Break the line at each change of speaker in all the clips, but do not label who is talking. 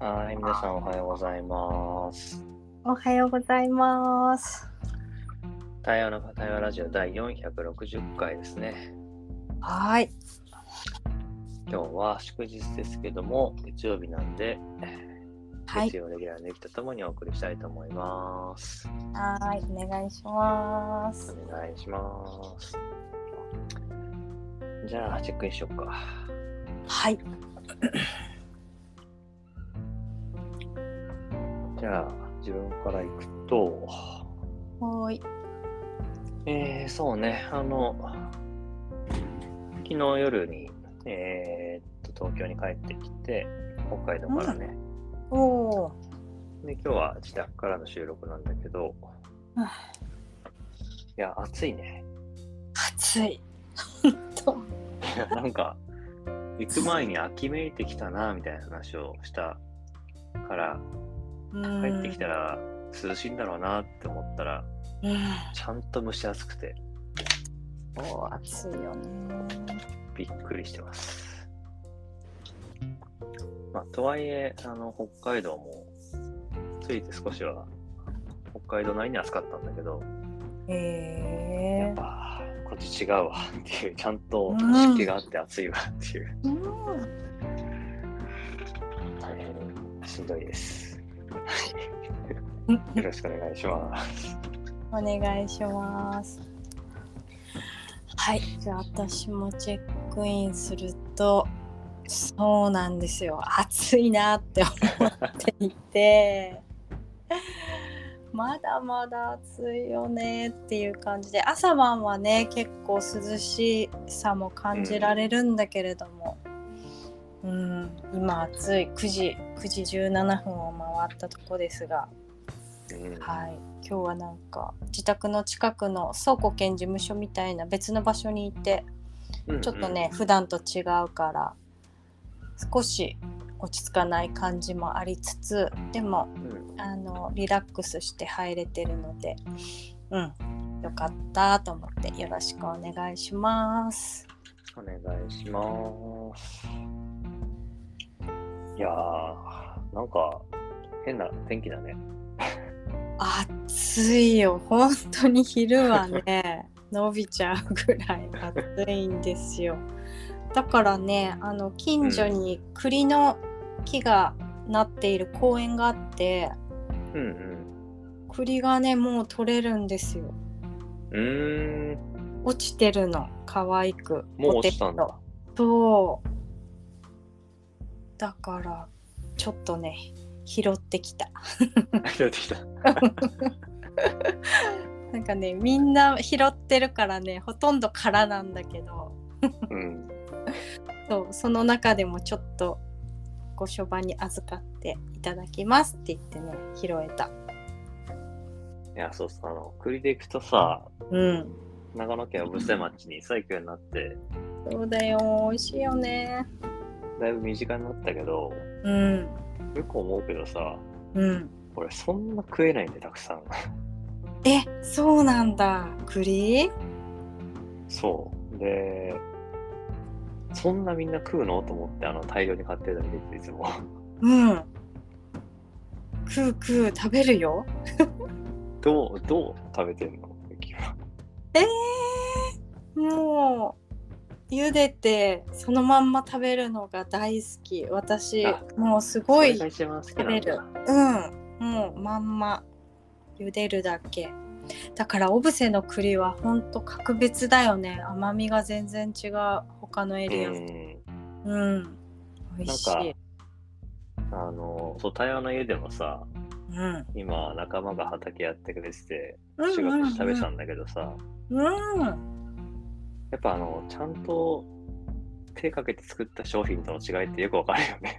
はい、皆さんおはようございます。
おはようございます。
台湾の台湾ラジオ第460回ですね。
はい。
今日は祝日ですけども、月曜日なんで、
はい
月。曜レギュラーの駅とともにお送りしたいと思います。
はい。お願いします。
お願いします。じゃあ、チェックインしようか。
はい。
じゃあ、自分から行くと、
はーい。
えー、そうね、あの、昨日夜に、えーっと、東京に帰ってきて、北海道からね、
おー。
で今日は自宅からの収録なんだけど、
はい
いや、暑いね。
暑い。
いやなんか、行く前に秋めいてきたな、みたいな話をしたから、
うん
帰ってきたら涼しいんだろうなって思ったら、
うん。
ちゃんと蒸し暑くて、
おー、暑いよね。
びっくりしてます。まあ、とはいえ、あの、北海道も、ついて少しは、北海道なりに暑かったんだけど、や
え
っ
ー。
ぱこっち違うわっていうちゃんと
うん
湿気があって暑いわっていう、
うん。
大変しんどいです
うん
よろしくお願いします
お願いします。はい。じゃあ私もチェックインすると、そうなんですよ。暑いなって思っていて、 まだまだ暑いよねっていう感じで、朝晩はね、結構涼しさも感じられるんだけれども、うん、今暑い9時、9時17分を回ったとこですが、
うん
はい、今日はなんか自宅の近くの倉庫兼事務所みたいな別の場所に行って
うんうん
ちょっとね、普段と違うから少し落ち着かない感じもありつつでも
うん
あのリラックスして入れてるのでうんよかったと思ってよろしくお願いします。
お願いしますいやーなんか変な天気だね
暑いよ本当に昼はね 伸びちゃうぐらい暑いんですよだからねあの近所に栗の木がなっている公園があって
うん
栗がねもう取れるんですよ
うんうーん
落ちてるの可愛く
もう落ちたんだ
ポテトそうだからちょっとね拾ってきた
出てきた
なんかねみんな拾ってるからねほとんど空なんだけど
うん
そうその中でもちょっとご所番に預かっていただきますって言ってね拾えた
いやそうそうあの栗で行くとさ
うん
長野県小布施町に再起になって
そうだよ美味しいよね
だいぶ身近になったけど
うん
よく思うけどさ
うん
俺そんな食えないんでたくさん
えそうなんだ栗
そうでそんなみんな食うのと思ってあの大量に買ってたりでいつも
うん食う食う食べるよ
どうどう食べてんの雪は
えー、もう茹でてそのまんま食べるのが大好き私
あ
もうすご
そ
い
れが一番好きなんだ
うん、もうまんま茹でるだけ。だからオブセの栗はほんと格別だよね。甘みが全然違う他のエ
う
リア。
ん
うん。美味しい。
あのそう台湾の家でもさ
うん。
今仲間が畑やってくれてて
うん
仕
うん
事して食べてたんだけどさ、
うん。
やっぱあのちゃんと手かけて作った商品との違いってよくわかるよね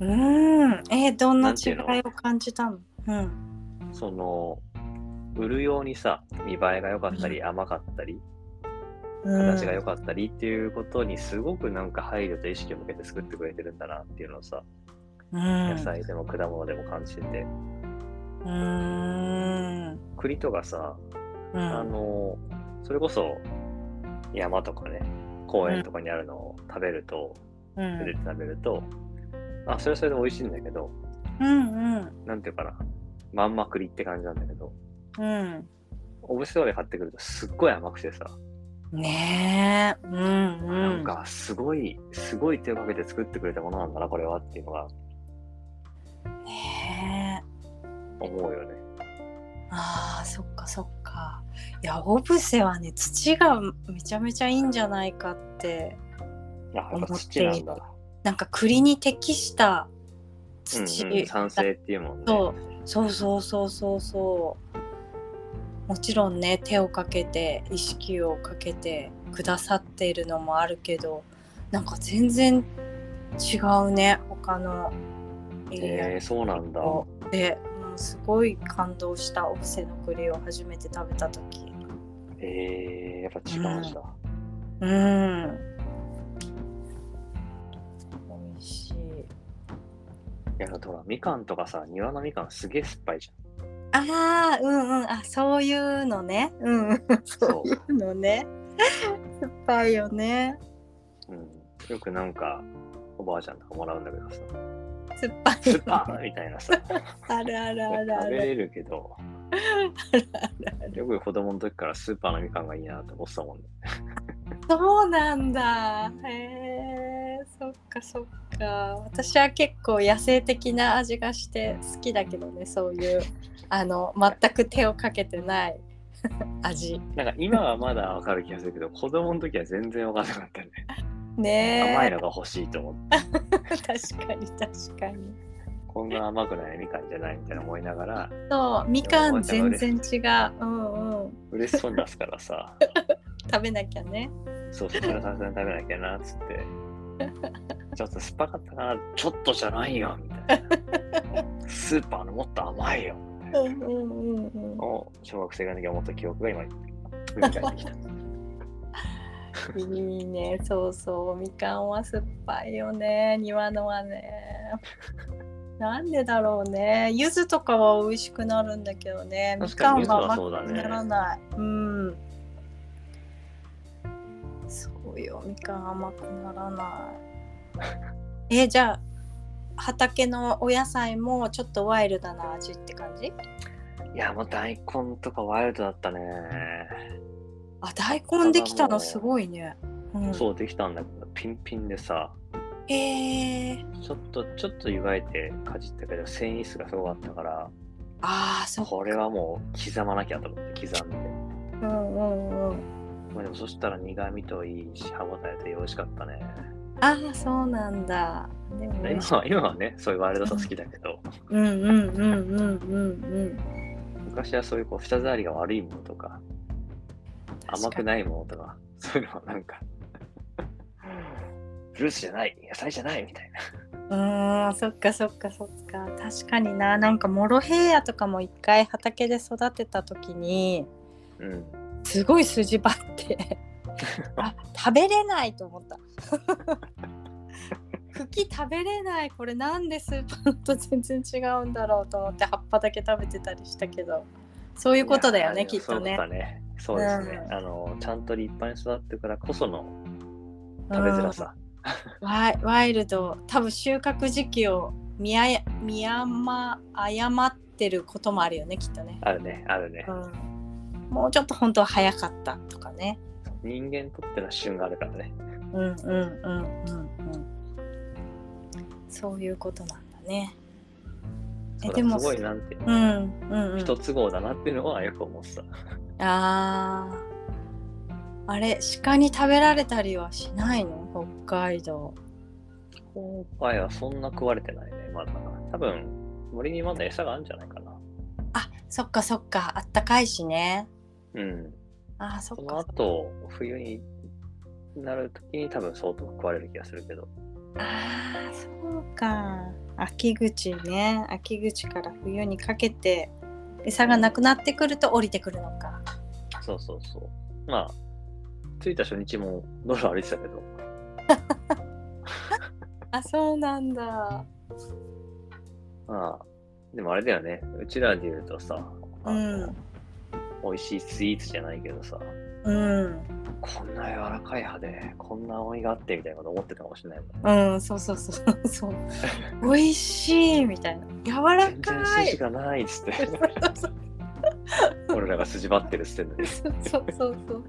うん。えーどんな
なんて
違
いうの
いを感じたの？うん。
その売るようにさ見栄えが良かったり甘かったり
うん
形が良かったりっていうことにすごくなんか配慮と意識を向けて作ってくれてるんだなっていうのをさ、
うん
野菜でも果物でも感じてて
うん。
栗とかさ、
う
あ
ん。
のそれこそ山とかね公園とかにあるのを食べると、
う
茹で
ん
て食べるとあ、それはそれで美味しいんだけど、
うんうん
なんていうかな、まんまくりって感じなんだけど、
うん
お店とかで買ってくるとすっごい甘くてさ、
ねえうんう
なん
ん
かすごい、すごい手をかけて作ってくれたものなんだな、これはっていうのが
ね
思うよね。
えあーそっかそっかいやオブセはね土がめちゃめちゃいいんじゃないかって
あ、やっ
思
ぱ
っ
土
ている
なんだ。
なんか栗に適した土、
うんうん、酸性っていうもんね。
そうそうそうそうそうそうもちろんね手をかけて意識をかけてくださっているのもあるけどなんか全然違うね他のエリ
え
ア
ー、そうなんだ。
とで、うんすごい感動したお布施の栗を初めて食べた時
えー、やっぱ違うんだ。
うん美味しい
いや、だってほら、みかんとかさ、庭のみかんすげえ酸っぱいじ
あーうんうんあそういうのねうん
ゃん。
そう
そ
のね酸っぱいよね
う。うん、よくなんか、おばあちゃんとかもらうんだけど さ、
酸っぱい
酸っぱみたいなさ、
あるあるあるあ
食べ
る
れるけ ど、よく子供の時からスーパーのみかんがいいなって思ってたもんね。
そうなんだへえそっかそっか私は結構野生的な味がして好きだけどねそういうあの全く手をかけてない味
なんか今はまだわかる気がするけど、子供の時は全然わかんなかったね。
ねえ
甘いのが欲しいと思って、
確かに確かに
こんな甘くないみかんじゃないみたいな思いながら、
そうみかん全然違ううんうん
嬉しそうに出すからさ、
食べなきゃね
そうそう、これはさすがに食べなきゃなっつって、ちょっと酸っぱかったかな、ちょっとじゃないよみたいな。スーパーのもっと甘いよみた
う
い
ん
な
うんうんうん
のを小学生の時は思った記憶が今、みかんに来た。
いいね、そうそう、みかんは酸っぱいよね、庭のはね。なんでだろうね、柚子とかは美味しくなるんだけどね、み
確
か
か
ん
に
は甘
柚子はそうだ
く
ね
ならない。うん。そうよ、みかん甘くならない。え、じゃあ、畑のお野菜もちょっとワイルドな味って感じ
いや、もう大根とかワイルドだったね。
あ、大根できたのすごいね。うん、
そうできたんだけど、ピンピンでさ、
えー、
ちょっと、ちょっと湯がいてかじったけど、繊維質がすごかったから、
ああ、そう。
これはもう刻まなきゃと思って刻んで、
うんうんうん。
まあ、でもそしたら苦味といいし歯応えといい美味しかったね
ああそうなんだ。でもね
今は今はねそういうワイルドさ好きだけど
うんうんうんうんうん
昔はそういうこう舌触りが悪いものとか
確かに
甘くないものとかそういうのはなんか フルーツじゃない野菜じゃないみたいな
うん。うーんそっかそっかそっか確かにななんかモロヘイヤとかも一回畑で育てた時に
うん
すごい筋張ってあ食べれないと思った 茎食べれないこれなんでスーパーと全然違うんだろうと思って葉っぱだけ食べてたりしたけどそういうことだよね
いやー
きっと
そうい
ね
うことだねそうですね、
うん
あのちゃんと立派に育ってるからこその食べづらさ、
ワイワイルド多分収穫時期を見あや見あま誤ってることもあるよねきっとね、
あるねあるね
う、ん、もうちょっと本当は早かったとかね
人間にとっての旬があるからね
うんうんうんうんうんそういうことなんだねえ
そうだ
でも
すごいなんていうの
うんうん、うん、
一つ号だなっていうのはよく思ってた
あーあれ鹿に食べられたりはしないの北海道
今回はそんな食われてないね、まだ。多分、森にまだ餌があるんじゃないかな。
あそっかそっかあったかいしね
うん。
あーそ
そ
っ
の
か
後、冬になるときに多分相当食われる気がするけど。
ああそうか秋口ね秋口から冬にかけて餌がなくなってくると降りてくるのか
そうそうそう。まあ、着いた初日も道路歩いてたけど、
あそうなんだ
まあ、でもあれだよね、うちらで言うとさ、あの
うん
美味しいスイーツじゃないけどさ、
うん
こんな柔らかい歯で、こんな青いがあってみたいなこと思ってたかもしれないもんね。
うん、そうそうそうそう。美味しいみたいな。柔ら
全然
か
筋
い。
がないっつって。 俺らが筋張ってるっつってんのに。
そうそうそうそう。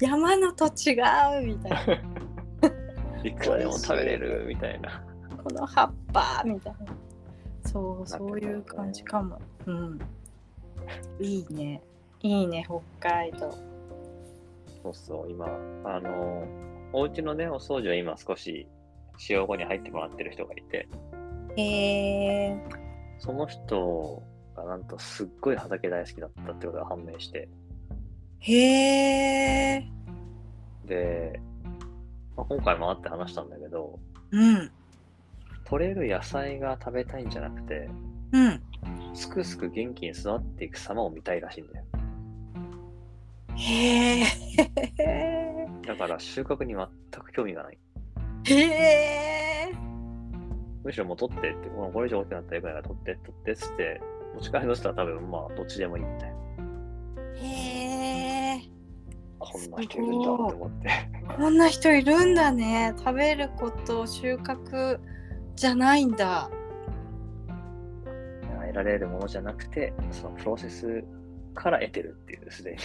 山のと違うみたいな。
いくらでも食べれるみたいな。
この葉っぱみたいな。そう、
なってた
そ
の
う
ね
いう感じかも。うん。いいね。いいね、北海道。
そうそう、今、あの、お家のね、お掃除を今少し使用後に入ってもらってる人がいて、
へえ
その人がなんとすっごい畑大好きだったってことが判明して、
ー。へえ
で、まあ、今回も会って話したんだけど、
ー。うん。
取れる野菜が食べたいんじゃなくて、
うん。
すくすく元気に育っていく様を見たいらしいんだよ。
へえ。
だから収穫に全く興味がない。
へえ。
むしろもう取ってって、もうこれ以上大きくなったらよくないから取って、取ってっつって、持ち帰るのしたら多分まあどっちでもいいみたいな。
へえ。
こんな人いるんだって思って。
こんな人いるんだね。食べること収穫じゃないんだ。
得られるものじゃなくて、そのプロセスから得てるっていう、すでに。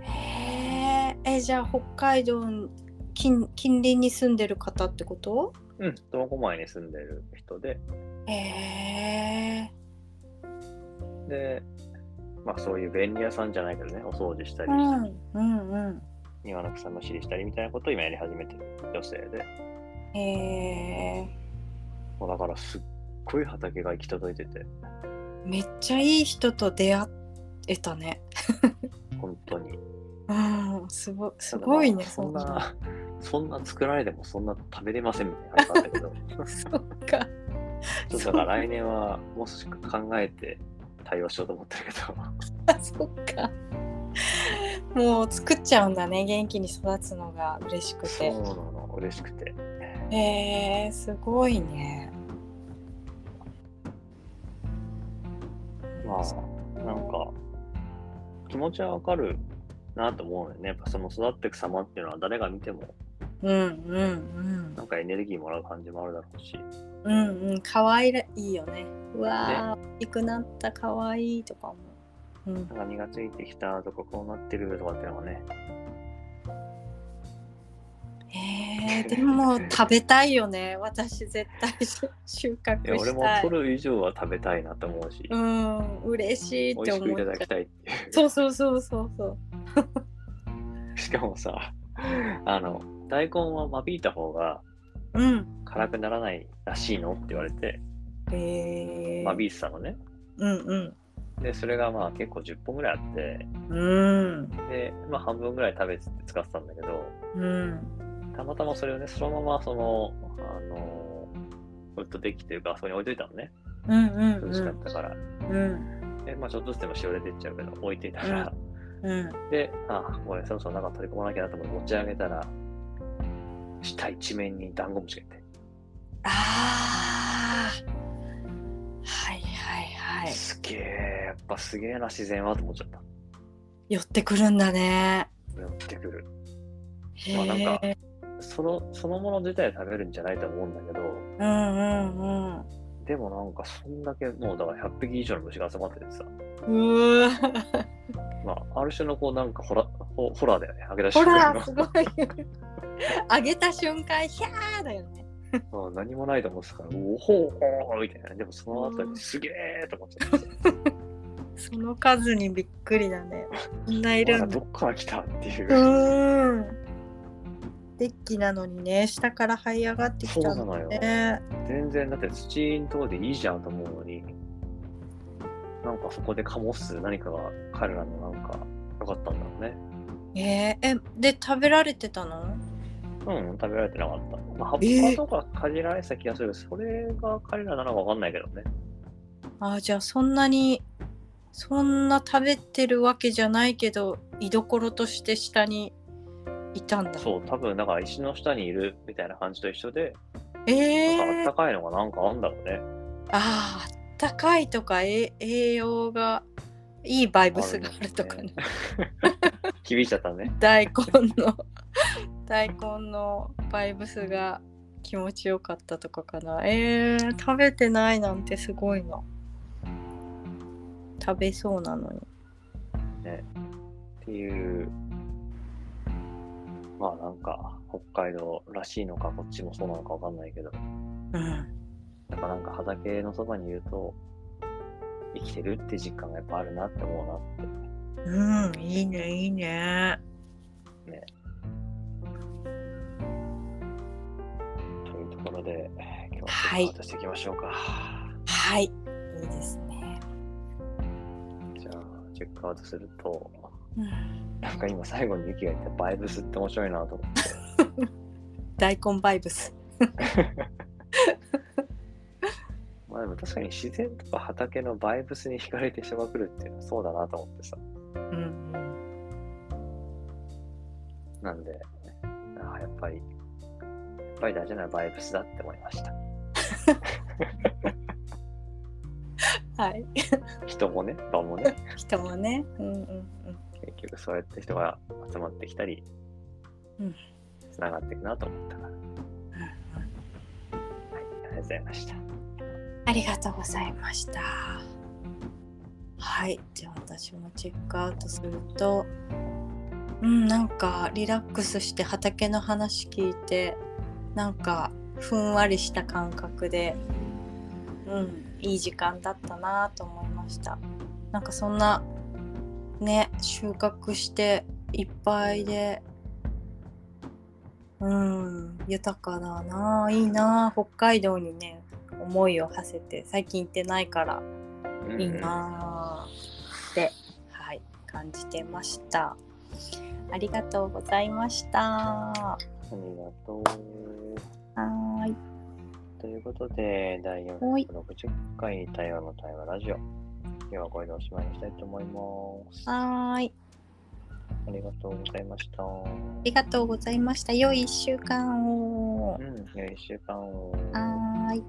へえ。えじゃあ北海道近近隣に住んでる方ってこと？
うん。苫小牧に住んでる人で、
へえ。
で、まあそういう便利屋さんじゃないけどね、お掃除したり
う、んうんう
庭の草むしりしたりみたいなことを今やり始めてる女性で、
ん。へえ。
もうだからすっごい畑が行き届いてて、
めっちゃいい人と出会えたね。
本当に。
うん、すごすごいね。
ただまあそん
の
な、 そんな作られてもそんな食べれませんみたいな話だったけ ど、
そっか。
ちょっとだから来年はもう少し考えて対応しようと思ってるけど。
そっか。もう作っちゃうんだね。元気に育つのが嬉しく
そう
て
な。の、嬉しくて。
へえすごいね。
まあ、なんか、気持ちはわかるなと思うよね。やっぱその育っていく様っていうのは誰が見ても、
うんうん
なんかエネルギーもらう感じもあるだろうし、
うん。うんうん。可愛いいいよね。うわあ、大きくなった可愛いとかも。うん
なんか身がついてきたとか、こうなってるとかっていうのはね、
えー、でも食べたいよね。私絶対し収穫
いや俺
し
も
たい。
取る以上は食べたいなと思うし、
うん、嬉しいっ
美
て
味し
思
くいただ
っちゃ。
きたいっていう
そうそうそうそうそう。
う。しかもさ、あの、大根は間引いた方が
うん。
辛くならないらしいのって言われて、
えー、
間引いてたのね。
うんうん。
で、それがまあ結構10本ぐらいあって、
うん。
で、まあ半分ぐらい食べて使ってたんだけど、
うん。
たまたまそれをね、そのまま、その、あのウッドデッキというか、そこに置いといたのね。
うんうん
涼しかったから。
うん。うん
で、まあ、ちょっとずつでもしおれてっちゃうけど、置いといたから。
うん。
で、あ、これ、そろそろ中取り込まなきゃなと思って持ち上げたら、下一面にダンゴムシがいて、
ああ。はいはいはい。
すげえ、やっぱすげえな、自然はと思っちゃった。
寄ってくるんだね。
寄ってくる。
へ
まあなんか
え。
その、そのもの自体食べるんじゃないと思うんだけど、
うんうんうん。
でもなんか、そんだけ、もうだから100匹以上の虫が集まっててさ、
うー
まあ、ある種のこう、なんかホラ、ホホラーだよね、吐け出し
ほ
瞬間
ら
の
すごい上げた瞬間ひゃーだよね
まあ、何もないと思ってたから、おほほーみたいな。でもその後にすげえと思っちゃって、
その数にびっくりだねこん ない
なん
る
か
んだ
どっから来たっていうう。
ーんデッキなのにね下から這い上がってきたんだ
そう
ね
全然だって土のとこでいいじゃんと思うのに、なんかそこで醸す何かが彼らのなんか良かったんだろうね。
えー、えで食べられてたの
うん、食べられてなかった。まあ、葉っ
えー
ぱとかかじられてた気がするけど、それが彼らなのかわかんないけどね。
あーじゃあそんなにそんな食べてるわけじゃないけど居所として下にいたんだ
そう、多分なんか石の下にいるみたいな感じと一緒で、なんかあっ
えー
た、かいのがなんかあんだろうね。
あーあったかいとかえ栄養がいいバイブスがあるとかね
あるね気響いちゃったね。
大根の 大根のバイブスが気持ちよかったとかかなえー、食べてないなんてすごいな食べそうなのに
っていう、まあなんか、北海道らしいのか、こっちもそうなのかわかんないけど、
うん
やっぱなんか畑のそばにいると、生きてるって実感がやっぱあるなって思うなって。
うんいいねいいね
というところで、今日
は
はいちょっと渡していきましょうか。
はいいいですね、
じゃあ、チェックアウトすると、
うん、
なんか今最後にユキが言ったバイブスって面白いなと思って。
大根バイブス
まあでも確かに自然とか畑のバイブスに惹かれて人が来るっていうのはそうだなと思ってさ。
うん
なんで、ああやっぱり、やっぱり大事なのはバイブスだって思いました。
はい
人もね、場もね、
人もねうんうんうん
結局そうやって人が集まってきたり
うん、
つながっていくなと思ったから。はい、ありがとうございました。
ありがとうございました。はい、じゃあ私もチェックアウトすると、うん、なんかリラックスして畑の話聞いて、なんかふんわりした感覚で、うん、いい時間だったなと思いました。なんかそんなね、収穫していっぱいで、うん、豊かだなあいいなあ北海道にね、思いを馳せて最近行ってないからいいなーって、はい、感じてましたありがとうございましたは
うんうん。ありがとう。
ーい
ということで、第
はい
460回対話の対話ラジオ。今日はこれでおしまいにしたいと思います。あ
はーい
りがとうございました。
ありがとうございました良い一週間を
うん、良い一週間を。
はーい